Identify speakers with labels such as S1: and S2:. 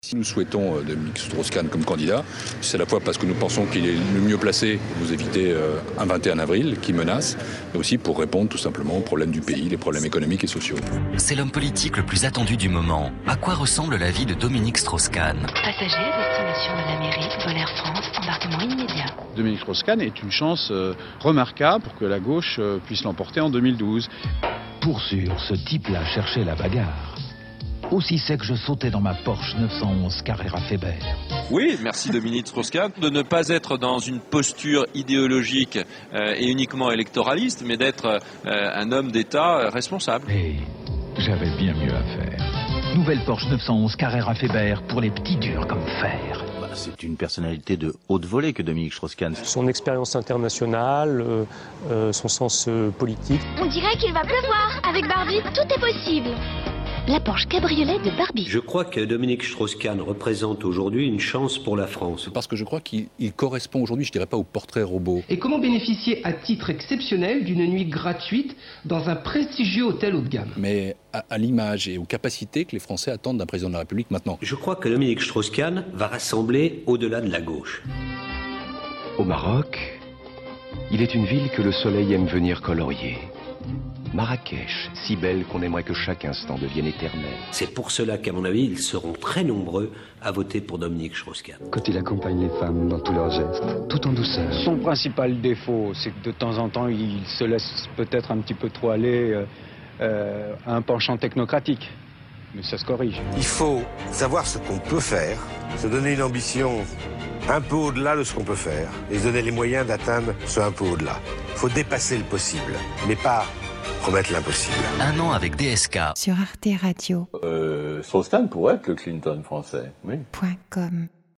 S1: Si nous souhaitons euh, de Dominique Strauss-Kahn comme candidat, c'est à la fois parce que nous pensons qu'il est le mieux placé pour éviter un 21 avril qui menace, mais aussi pour répondre tout simplement aux problèmes du pays, les problèmes économiques et sociaux.
S2: C'est l'homme politique le plus attendu du moment. À quoi ressemble la vie de Dominique Strauss-Kahn
S3: Passager à destination de l'Amérique, vol Air France, embarquement immédiat.
S4: Dominique Strauss-Kahn est une chance euh, remarquable pour que la gauche euh, puisse l'emporter en 2012.
S5: Pour sûr, ce type-là cherchait la bagarre aussi sec je sautais dans ma Porsche 911 Carrera Feber.
S6: Oui, merci Dominique Strauss-Kahn de ne pas être dans une posture idéologique euh, et uniquement électoraliste, mais d'être euh, un homme d'État euh, responsable.
S5: Et j'avais bien mieux à faire. Nouvelle Porsche 911 Carrera Feber pour les petits durs comme fer.
S7: Bah, C'est une personnalité de haute volée que Dominique Strauss-Kahn.
S8: Son expérience internationale, euh, son sens politique.
S9: On dirait qu'il va pleuvoir. Avec Barbie, tout est possible la Porsche cabriolet de Barbie.
S10: Je crois que Dominique Strauss-Kahn représente aujourd'hui une chance pour la France.
S1: Parce que je crois qu'il correspond aujourd'hui, je dirais pas au portrait robot.
S11: Et comment bénéficier à titre exceptionnel d'une nuit gratuite dans un prestigieux hôtel haut de gamme
S1: Mais à, à l'image et aux capacités que les Français attendent d'un président de la République maintenant.
S10: Je crois que Dominique Strauss-Kahn va rassembler au-delà de la gauche.
S12: Au Maroc, il est une ville que le soleil aime venir colorier. Marrakech, si belle qu'on aimerait que chaque instant devienne éternel.
S10: C'est pour cela qu'à mon avis, ils seront très nombreux à voter pour Dominique Strauss-Kahn.
S13: Quand il accompagne les femmes dans tous leurs gestes, tout en douceur.
S14: Son principal défaut, c'est que de temps en temps, il se laisse peut-être un petit peu trop aller euh, euh, à un penchant technocratique. Mais ça se corrige.
S15: Il faut savoir ce qu'on peut faire, se donner une ambition un peu au-delà de ce qu'on peut faire et se donner les moyens d'atteindre ce un peu au-delà. Il faut dépasser le possible, mais pas promettre l'impossible.
S2: Un an avec DSK.
S16: Sur Arte Radio.
S17: Euh, Strauss-Kahn pourrait être le Clinton français, oui.
S16: Point com.